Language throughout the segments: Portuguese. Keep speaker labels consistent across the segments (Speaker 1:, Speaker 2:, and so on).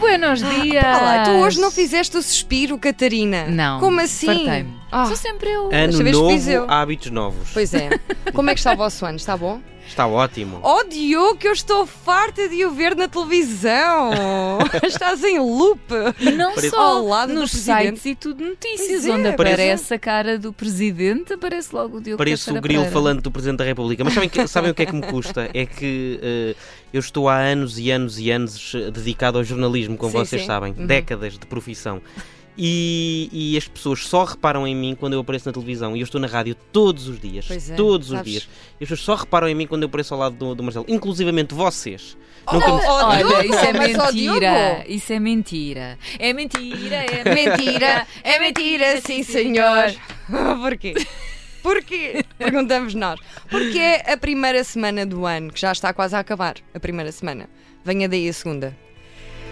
Speaker 1: Buenos dias!
Speaker 2: Olá, tu hoje não fizeste o suspiro, Catarina?
Speaker 1: Não.
Speaker 2: Como assim?
Speaker 1: fartei-me.
Speaker 2: Ah,
Speaker 1: Sou sempre eu.
Speaker 2: Deixa
Speaker 3: Ano
Speaker 2: eu ver se fiz eu.
Speaker 3: novo, hábitos novos.
Speaker 2: pois é. Como é que está o vosso ano? Está bom?
Speaker 3: Está ótimo.
Speaker 2: Oh, Diogo, que eu estou farta de o ver na televisão. Estás em loop.
Speaker 1: E não
Speaker 3: Parece-
Speaker 1: só
Speaker 2: Ao lado do
Speaker 1: nos
Speaker 2: presidente.
Speaker 1: sites e tudo notícias,
Speaker 2: Pois é,
Speaker 1: onde
Speaker 3: parece-
Speaker 1: aparece a cara do presidente, aparece logo o Diogo
Speaker 3: Parece o
Speaker 1: Teixeira
Speaker 3: grilo
Speaker 1: Pereira.
Speaker 3: falante do Presidente da República. Mas sabem, que- sabem o que é que me custa? É que eh, eu estou há anos e anos e anos eh, dedicado ao jornalismo, como
Speaker 2: Sim,
Speaker 3: vocês
Speaker 2: sim.
Speaker 3: sabem.
Speaker 2: Uhum.
Speaker 3: Décadas de profissão. E, e as pessoas só reparam em mim quando eu apareço na televisão. E eu estou na rádio todos os dias.
Speaker 2: Pois é,
Speaker 3: todos os
Speaker 2: sabes?
Speaker 3: dias. E as pessoas só reparam em mim quando eu apareço ao lado do, do Marcelo. Inclusivamente vocês.
Speaker 2: Oh,
Speaker 3: Nunca me-
Speaker 2: oh,
Speaker 1: Olha,
Speaker 2: Diogo,
Speaker 1: isso é
Speaker 2: mas, oh,
Speaker 1: mentira.
Speaker 2: Diogo.
Speaker 1: Isso é mentira. É mentira, é
Speaker 2: Mentira, é mentira, sim senhor. Porquê? Porquê? Perguntamos nós. Porque é a primeira semana do ano, que já está quase a acabar. A primeira semana. Venha daí a segunda.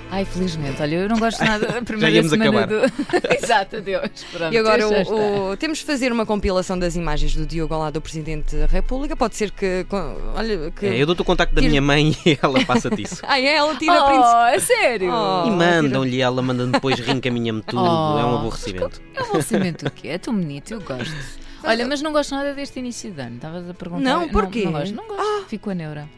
Speaker 1: Ai, felizmente, olha, eu não gosto nada da primeira
Speaker 3: íamos
Speaker 1: semana
Speaker 3: acabar.
Speaker 1: do. Exato, adeus. Pronto,
Speaker 2: E agora
Speaker 1: deixa estar.
Speaker 2: o- o- temos de fazer uma compilação das imagens do Diogo ao lado do Presidente da República. Pode ser que. co- Olha, que.
Speaker 3: É, eu dou-te o contacto da minha mãe e ela passa disso.
Speaker 2: Ah, é? Ela tira a príncipe.
Speaker 1: Oh, é sério?
Speaker 2: Oh.
Speaker 3: E mandam-lhe, ela manda depois, reencaminha-me tudo,
Speaker 1: Oh.
Speaker 3: é um aborrecimento.
Speaker 1: É um vencimento o quê? É tão bonito, eu gosto. Olha, mas não gosto nada deste início de ano. Estavas a perguntar.
Speaker 2: Não, porquê?
Speaker 1: Não, Ah. gosto, não gosto. Fico a neura.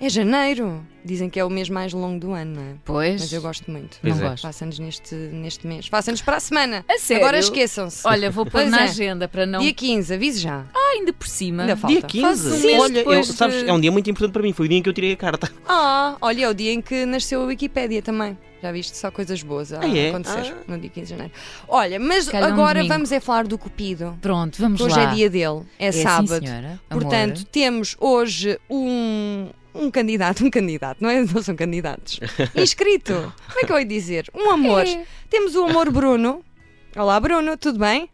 Speaker 2: É janeiro. Dizem que é o mês mais longo do ano, não é?
Speaker 1: Pois.
Speaker 2: Mas eu gosto muito.
Speaker 3: Pois
Speaker 1: não
Speaker 3: é.
Speaker 1: gosto.
Speaker 2: Faça-nos neste, neste mês. Faça-nos para a semana.
Speaker 1: A sério?
Speaker 2: Agora esqueçam-se.
Speaker 1: Olha, vou pôr
Speaker 2: Pois
Speaker 1: na
Speaker 2: é.
Speaker 1: agenda para não.
Speaker 2: Dia 15, avise já.
Speaker 1: Ah, ainda por cima.
Speaker 2: Ainda falta.
Speaker 3: Dia
Speaker 1: Faz
Speaker 3: 15?
Speaker 1: um mês
Speaker 3: Olha, eu,
Speaker 1: depois de-
Speaker 3: sabes, é um dia muito importante para mim. Foi o dia em que eu tirei a carta.
Speaker 2: Ah, olha, é o dia em que nasceu a Wikipédia também. Já viste só coisas boas a
Speaker 3: Ah, é?
Speaker 2: acontecer
Speaker 3: Ah.
Speaker 2: no dia 15 de janeiro. Olha, mas
Speaker 1: Calhar um
Speaker 2: agora
Speaker 1: domingo.
Speaker 2: vamos é falar do Cupido.
Speaker 1: Pronto, vamos
Speaker 2: Hoje
Speaker 1: lá.
Speaker 2: é dia dele, é,
Speaker 1: sim,
Speaker 2: sábado.
Speaker 1: senhora. Amor.
Speaker 2: Portanto, temos hoje um, um candidato, um candidato, não, é? não são candidatos, inscrito. Como é que eu ia dizer? Um amor.
Speaker 1: É.
Speaker 2: Temos o amor Bruno. Olá Bruno, tudo bem?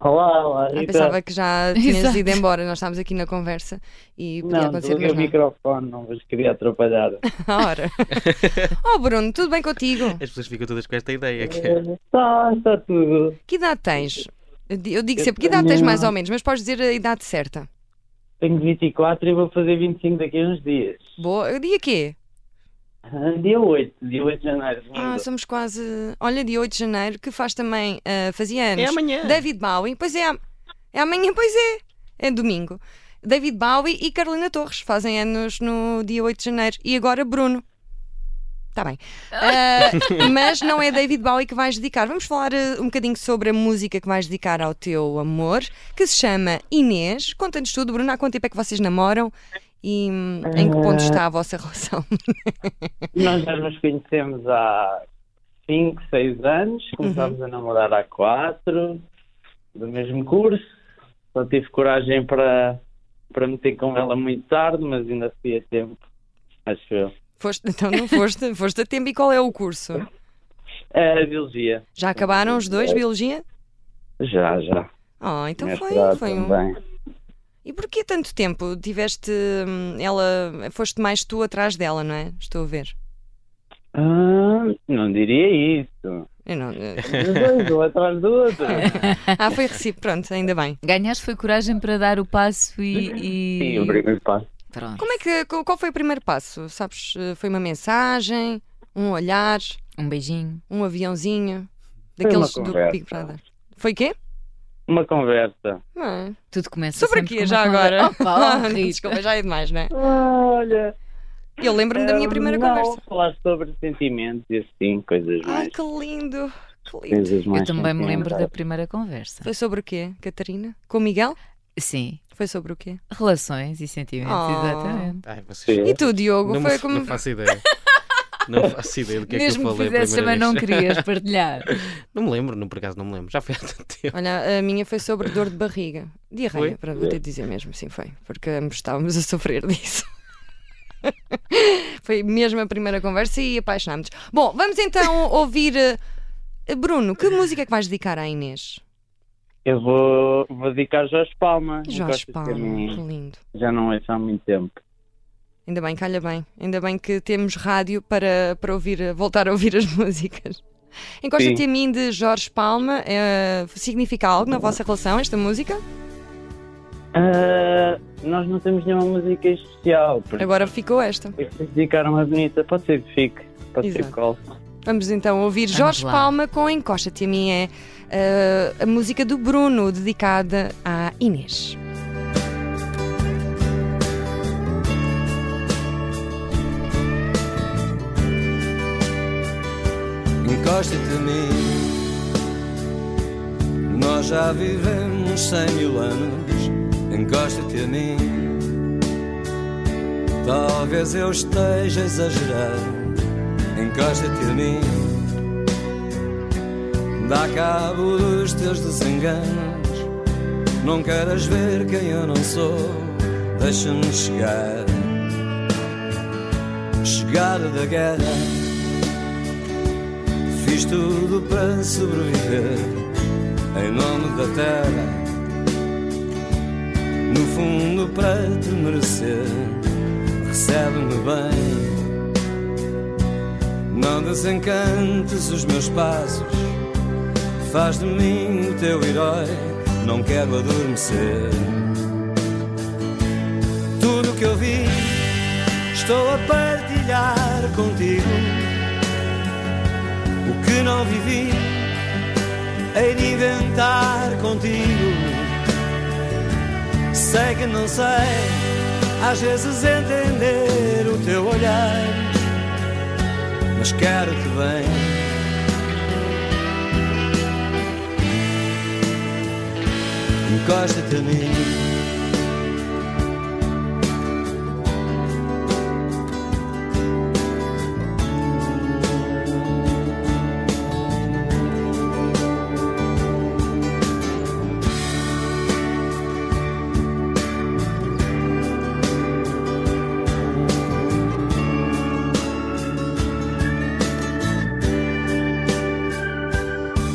Speaker 4: Olá, olá.
Speaker 2: Ah,
Speaker 4: Então,
Speaker 2: pensava que já tinhas
Speaker 1: Exato.
Speaker 2: ido embora, nós estávamos aqui na conversa e podia
Speaker 4: não,
Speaker 2: acontecer
Speaker 4: do
Speaker 2: mesmo.
Speaker 4: meu microfone, não vos queria atrapalhar.
Speaker 2: Ora. Oh Bruno, tudo bem contigo?
Speaker 3: As pessoas ficam todas com esta ideia. que é-
Speaker 4: Está, está tudo.
Speaker 2: Que idade tens? Eu di- eu digo
Speaker 4: Eu
Speaker 2: sempre que idade tens
Speaker 4: tenho-
Speaker 2: mais ou menos, mas podes dizer a idade certa.
Speaker 4: Tenho 24 e vou fazer 25 daqui a uns dias.
Speaker 2: Boa. Eu Dia quê?
Speaker 4: Ah, Dia 8, dia 8 de janeiro.
Speaker 2: Ah,
Speaker 4: domingo.
Speaker 2: somos quase. Olha, dia 8 de janeiro, que faz também. ah, fazia anos.
Speaker 3: É amanhã.
Speaker 2: David Bowie. Pois é, am- é amanhã, pois é. É domingo. David Bowie e Carolina Torres fazem anos no dia 8 de janeiro. E agora Bruno. Está bem. Ah, mas não é David Bowie que vais dedicar. Vamos falar ah, um bocadinho sobre a música que vais dedicar ao teu amor, que se chama Inês. Conta-nos tudo, Bruno. Há quanto tempo é que vocês namoram? E hum, em que ponto está a vossa relação?
Speaker 4: Nós já nos conhecemos há 5, 6 anos.
Speaker 2: Uhum.
Speaker 4: Começámos a namorar há 4, do mesmo curso. Só tive coragem para, para meter com ela muito tarde, mas ainda fui a tempo. Acho eu.
Speaker 2: Foste, então não foste, foste a tempo e qual é o curso?
Speaker 4: É a biologia.
Speaker 2: Já acabaram os
Speaker 4: É.
Speaker 2: dois, biologia?
Speaker 4: Já, já.
Speaker 2: Oh, então foi,
Speaker 4: Mestrado
Speaker 2: foi um.
Speaker 4: também.
Speaker 2: E porquê tanto tempo? Tiveste. hum, Ela. Foste mais tu atrás dela, não é? Estou a ver.
Speaker 4: Ah, não diria isso.
Speaker 2: Eu não- eh,
Speaker 4: Os dois, um atrás do outro.
Speaker 2: Ah, foi recíproco. Pronto, ainda bem.
Speaker 1: Ganhaste foi coragem para dar o passo e. e-
Speaker 4: Sim, um o primeiro passo.
Speaker 1: Pronto.
Speaker 2: Como é que. qual- Qual foi o primeiro passo? Sabes? eh, Foi uma mensagem? Um olhar?
Speaker 1: Um beijinho.
Speaker 2: Um aviãozinho?
Speaker 4: Foi uma
Speaker 2: Daqueles do
Speaker 4: conversa.
Speaker 2: Big Brother. Foi quê?
Speaker 4: Uma conversa.
Speaker 2: Não é?
Speaker 1: Tudo começa
Speaker 2: Sobre
Speaker 1: sempre
Speaker 2: quê
Speaker 1: com
Speaker 2: já
Speaker 1: uma
Speaker 2: agora?
Speaker 1: conversa. Opa, oh, Rita.
Speaker 2: Desculpa, já é demais, não é?
Speaker 4: Olha. hum,
Speaker 2: Eu lembro-me da minha primeira
Speaker 4: Eh, não,
Speaker 2: conversa.
Speaker 4: falar sobre sentimentos e assim, coisas
Speaker 2: Ai,
Speaker 4: mais.
Speaker 2: que lindo! Que lindo!
Speaker 4: Coisas mais
Speaker 1: Eu também me lembro da
Speaker 4: sentimentais.
Speaker 1: primeira conversa.
Speaker 2: Foi sobre o quê, Catarina? Com o Miguel?
Speaker 1: Sim.
Speaker 2: Foi sobre o quê?
Speaker 1: Relações e sentimentos,
Speaker 2: Oh.
Speaker 1: exatamente.
Speaker 3: Ai, vocês...
Speaker 4: Sim.
Speaker 2: E tu, Diogo?
Speaker 3: não, me-
Speaker 2: foi como.
Speaker 3: não faço ideia. Não faço ideia do que é que eu
Speaker 1: Mesmo
Speaker 3: falei a
Speaker 1: fizesse, também
Speaker 3: primeira
Speaker 1: não
Speaker 3: vez.
Speaker 1: querias partilhar.
Speaker 3: Não me lembro, não, por acaso não me lembro. Já foi há tanto tempo.
Speaker 2: Olha, a minha foi sobre dor de barriga. Diarreia,
Speaker 3: Foi?
Speaker 2: para vou ter de dizer mesmo, sim, foi. Porque ambos estávamos a sofrer disso. foi mesmo a primeira conversa e apaixonámos-nos. Bom, vamos então ouvir. eh, Bruno, que música é que vais dedicar à Inês?
Speaker 4: Eu vou, vou dedicar Jorge Palma.
Speaker 2: Jorge
Speaker 4: Encosta-te a
Speaker 2: Palma, que
Speaker 4: mim.
Speaker 2: lindo.
Speaker 4: Já não ouço há muito tempo.
Speaker 2: Ainda bem, calha bem. Ainda bem que temos rádio para, para ouvir, voltar a ouvir as músicas. Encosta-te
Speaker 4: Sim.
Speaker 2: a mim de Jorge Palma. eh, significa algo na vossa relação esta música?
Speaker 4: Ah, Nós não temos nenhuma música em especial. Por isso
Speaker 2: Agora ficou esta.
Speaker 4: é que dedicar uma bonita. Pode ser que fique. Pode ser
Speaker 2: Exato.
Speaker 4: que cole.
Speaker 2: Vamos então ouvir Jorge
Speaker 1: lá.
Speaker 2: Palma com Encosta-te a mim é eh, a música do Bruno dedicada à Inês.
Speaker 5: encosta-te a mim. Nós já vivemos cem mil anos, encosta-te a mim. Talvez eu esteja exagerado, encosta-te a mim. Dá cabo dos teus desenganos, não queres ver quem eu não sou, deixa-me chegar. Chegar da guerra. Fiz tudo para sobreviver em nome da terra. No fundo, para te merecer, recebe-me bem. Não desencantes os meus passos, faz de mim o teu herói. Não quero adormecer. Tudo o que eu vi, estou a partilhar contigo. O que não vivi hei de inventar contigo. Sei que não sei, às vezes entender o teu olhar, mas quero-te bem. Encosta-te a mim.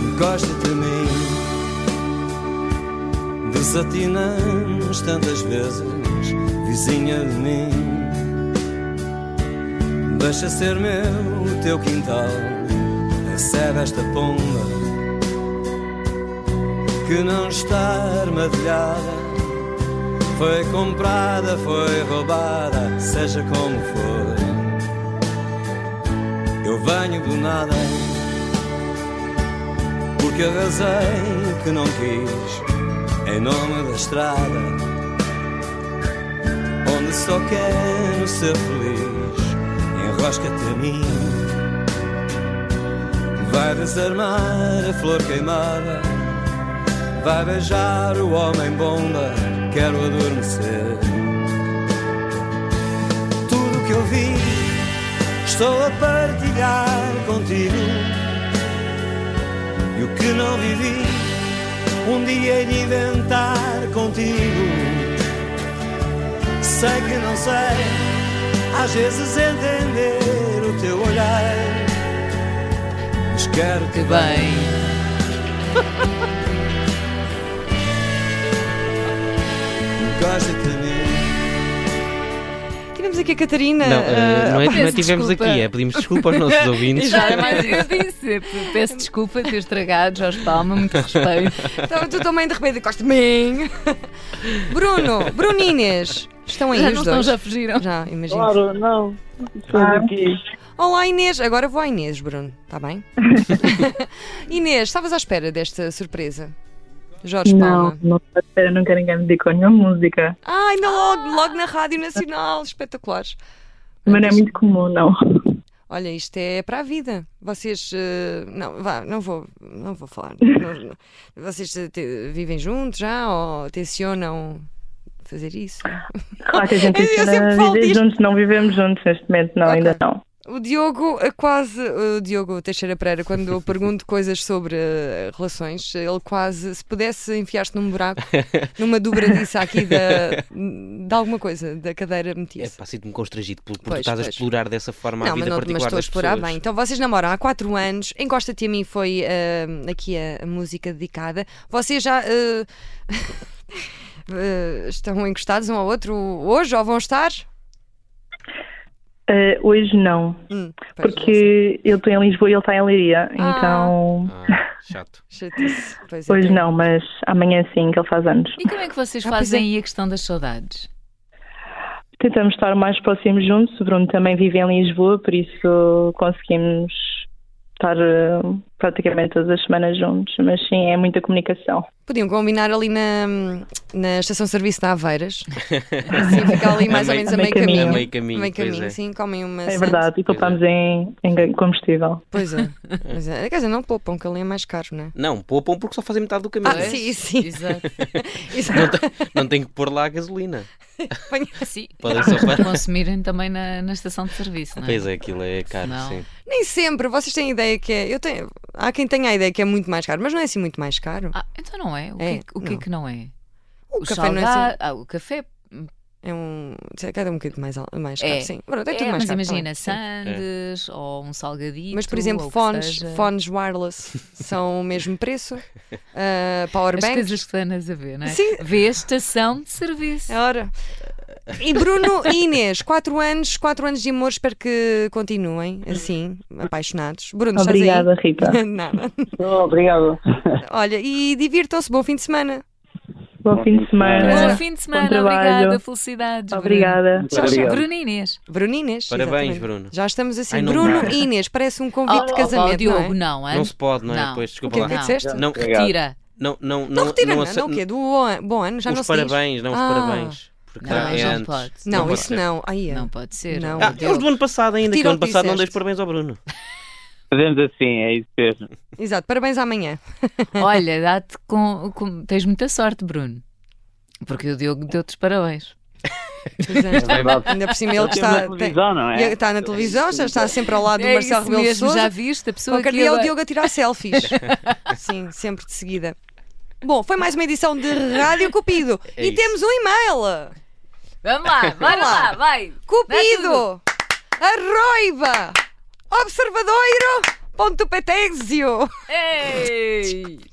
Speaker 5: encosta-te a mim. Desatinamos tantas vezes, vizinha de mim. Deixa ser meu o teu quintal, recebe esta pomba que não está armadilhada. Foi comprada, foi roubada, seja como for. Eu venho do nada porque arrasei o que não quis em nome da estrada, onde só quero ser feliz. Enrosca-te a mim, vai desarmar a flor queimada, vai beijar o homem bomba. Quero adormecer. Tudo o que eu vi, estou a partilhar contigo. E o que não vivi, um dia hei de inventar contigo. Sei que não sei, às vezes entender o teu olhar. Mas quero-te
Speaker 1: Que bem.
Speaker 5: encosta-te a mim.
Speaker 2: Tivemos aqui a Catarina.
Speaker 3: Não,
Speaker 2: eh,
Speaker 3: eh, não é,
Speaker 2: opa,
Speaker 3: não é
Speaker 1: peço
Speaker 3: tivemos
Speaker 1: desculpa.
Speaker 3: aqui, é pedimos desculpa aos nossos ouvintes.
Speaker 1: Já era mais eu disse. Peço desculpa ter estragado, Jorge Palma, muito respeito.
Speaker 2: então, tu também de repente encosta-me. Bruno, Bruno e Inês, estão aí
Speaker 1: Já
Speaker 2: os
Speaker 1: não estão,
Speaker 2: dois?
Speaker 1: já fugiram.
Speaker 2: Já, imagino.
Speaker 4: Claro, não. Estou
Speaker 6: Ah,
Speaker 4: aqui.
Speaker 2: Olá Inês, agora vou à Inês, Bruno, está bem? Inês, estavas à espera desta surpresa? Jorge
Speaker 6: Não,
Speaker 2: Palma.
Speaker 6: não estou à espera, nunca ninguém me dedicou nenhuma música.
Speaker 2: Ai, não, logo, logo na Rádio Nacional, espetaculares.
Speaker 6: Ah! Mas não é muito comum, não.
Speaker 2: Olha, isto é para a vida. Vocês. eh, não, vá, não vou, não vou falar. Não- não- vocês eh, te- vivem juntos já ou tencionam fazer isso?
Speaker 6: Claro que a gente
Speaker 2: Eu sempre
Speaker 6: adiciona
Speaker 2: falo
Speaker 6: viver
Speaker 2: disto.
Speaker 6: juntos, não vivemos juntos neste momento, não,
Speaker 2: Ok.
Speaker 6: ainda não.
Speaker 2: O Diogo, eh, quase. O Diogo Teixeira Pereira, quando eu pergunto coisas sobre eh, relações, ele quase. Se pudesse enfiar-se num buraco, numa dobradiça aqui da, de alguma coisa, da cadeira
Speaker 3: É
Speaker 2: metia-se.
Speaker 3: pá, sinto-me constrangido por, por
Speaker 2: Pois,
Speaker 3: tu estás
Speaker 2: pois.
Speaker 3: a explorar dessa forma a
Speaker 2: Não, mas,
Speaker 3: É, vida
Speaker 2: não, mas
Speaker 3: particular
Speaker 2: estou a
Speaker 3: das
Speaker 2: explorar
Speaker 3: pessoas.
Speaker 2: bem. Então vocês namoram há 4 anos. Encosta-te a mim foi ah, aqui a, a música dedicada. Vocês já ah, ah, estão encostados um ao outro hoje ou vão estar?
Speaker 6: Eh, hoje não,
Speaker 2: Hum, pois,
Speaker 6: porque eu estou em Lisboa e ele está em Leiria, então
Speaker 3: Ah, chato.
Speaker 2: chatice. Pois é.
Speaker 6: hoje não, mas amanhã sim, que ele faz anos.
Speaker 1: E como é que vocês
Speaker 2: Ah, pois
Speaker 1: fazem aí a questão das saudades?
Speaker 6: tentamos estar mais próximos juntos. O Bruno também vive em Lisboa, por isso conseguimos estar eh, praticamente todas as semanas juntos. Mas sim, é muita comunicação.
Speaker 2: Podiam combinar ali na, na estação de serviço da Aveiras. Assim fica ali mais ou menos a meio caminho.
Speaker 3: É meio caminho,
Speaker 2: meio
Speaker 3: pois
Speaker 2: caminho,
Speaker 3: é.
Speaker 2: sim, comem uma.
Speaker 6: É
Speaker 2: Santos.
Speaker 6: verdade, e poupamos
Speaker 2: é.
Speaker 6: em, em combustível.
Speaker 2: Pois é. Pois é. Quer dizer, não poupam, que ali é mais caro, não é?
Speaker 3: Não, poupam porque só fazem metade do caminho.
Speaker 2: Ah,
Speaker 1: Pois,
Speaker 2: sim, sim.
Speaker 1: Exato.
Speaker 2: Isso-
Speaker 3: Não, tem- não tem que pôr lá a gasolina.
Speaker 1: Sim.
Speaker 3: Podem só para-
Speaker 1: Consumirem também na, na estação de serviço, não é?
Speaker 3: Pois é, aquilo é caro,
Speaker 1: Não.
Speaker 3: sim.
Speaker 2: Nem sempre, vocês têm ideia que é. Eu tenho... Há quem tenha a ideia que é muito mais caro, mas não é assim muito mais caro.
Speaker 1: Ah, então não é? O, que,
Speaker 2: É,
Speaker 1: é que- o que é
Speaker 2: não.
Speaker 1: que não é?
Speaker 2: o café
Speaker 1: salgado,
Speaker 2: não é assim.
Speaker 1: ah, o café
Speaker 2: É um. é Cada um bocadinho mais, al- mais caro,
Speaker 1: É.
Speaker 2: sim. Pronto, é,
Speaker 1: é,
Speaker 2: tudo mais
Speaker 1: mas
Speaker 2: caro. tá
Speaker 1: imagina,
Speaker 2: bem, sim.
Speaker 1: sandes
Speaker 3: É.
Speaker 1: ou um salgadito.
Speaker 2: Mas, por
Speaker 1: ou
Speaker 2: exemplo,
Speaker 1: o que
Speaker 2: fones,
Speaker 1: seja.
Speaker 2: fones wireless são o mesmo preço. Ah,
Speaker 1: As
Speaker 2: powerbanks.
Speaker 1: coisas que tu andas a ver, não é?
Speaker 2: Sim.
Speaker 1: Vê a estação de serviço.
Speaker 2: É hora. E Bruno e Inês, 4 anos, 4 anos de amor, espero que continuem assim, apaixonados. Bruno, estás
Speaker 6: Obrigada, Rita.
Speaker 2: aí? Nada.
Speaker 4: Oh, obrigado.
Speaker 2: Olha, e divirtam-se, bom fim de semana.
Speaker 6: Bom fim de
Speaker 1: Bom
Speaker 6: semana.
Speaker 1: fim de semana,
Speaker 6: trabalho.
Speaker 1: obrigada, felicidades. Bruno.
Speaker 6: Obrigada.
Speaker 4: Muito obrigado.
Speaker 1: Bruno e Inês.
Speaker 2: Bruno e Inês.
Speaker 3: Parabéns,
Speaker 2: exatamente.
Speaker 3: Bruno.
Speaker 2: Já estamos assim.
Speaker 3: Ai, não
Speaker 2: Bruno
Speaker 3: dá.
Speaker 2: e Inês, parece um convite
Speaker 1: Oh,
Speaker 2: de
Speaker 1: oh,
Speaker 2: casamento.
Speaker 1: oh, Diogo,
Speaker 2: não é?
Speaker 1: não, hein?
Speaker 3: Não se pode, não é?
Speaker 1: Não.
Speaker 3: Pois, desculpa
Speaker 2: O que é
Speaker 3: lá.
Speaker 2: que disseste?
Speaker 3: Não,
Speaker 4: Obrigado.
Speaker 1: Tira.
Speaker 3: não, não,
Speaker 2: Não
Speaker 3: não,
Speaker 2: retira, não, é?
Speaker 3: ace-
Speaker 2: não, o quê? Do bom- bom ano, já não
Speaker 3: os
Speaker 2: se diz?
Speaker 3: parabéns, não os
Speaker 2: Ah.
Speaker 3: parabéns. Porque
Speaker 1: Não,
Speaker 3: há-
Speaker 1: mas
Speaker 3: é
Speaker 1: não
Speaker 3: antes.
Speaker 1: pode.
Speaker 2: Não,
Speaker 3: pode
Speaker 2: isso
Speaker 3: ser.
Speaker 2: não. Aí é.
Speaker 1: Não pode ser. Oh,
Speaker 2: Não.
Speaker 3: Ah, é os do ano passado ainda, que o
Speaker 2: Retira o
Speaker 3: ano
Speaker 2: que
Speaker 3: passado não dei os
Speaker 2: disseste.
Speaker 3: parabéns ao Bruno.
Speaker 4: Fazemos assim, é isso mesmo.
Speaker 2: Exato, parabéns amanhã.
Speaker 1: Olha, dá-te com, com- Tens muita sorte, Bruno. Porque o Diogo deu-te os parabéns.
Speaker 2: Pois é.
Speaker 4: verdade.
Speaker 2: Ainda por cima ele que
Speaker 4: Temos
Speaker 2: está.
Speaker 4: na televisão, não
Speaker 2: tem-
Speaker 4: é?
Speaker 2: Está na televisão, já está sempre ao lado Ah, do
Speaker 1: é
Speaker 2: Marcelo
Speaker 1: isso
Speaker 2: Rebelo de
Speaker 1: mesmo,
Speaker 2: Sousa.
Speaker 1: já viste a pessoa
Speaker 2: Qualquer
Speaker 1: que
Speaker 2: dia é o
Speaker 1: agora-
Speaker 2: Diogo a tirar selfies. Sim, sempre de seguida. Bom, foi mais uma edição de Rádio Cupido.
Speaker 3: É
Speaker 2: e
Speaker 3: isso.
Speaker 2: temos um e-mail.
Speaker 1: Vamos lá, bora lá, vai.
Speaker 2: Cupido, arroiba, observadoiro.petésio.
Speaker 1: Ei!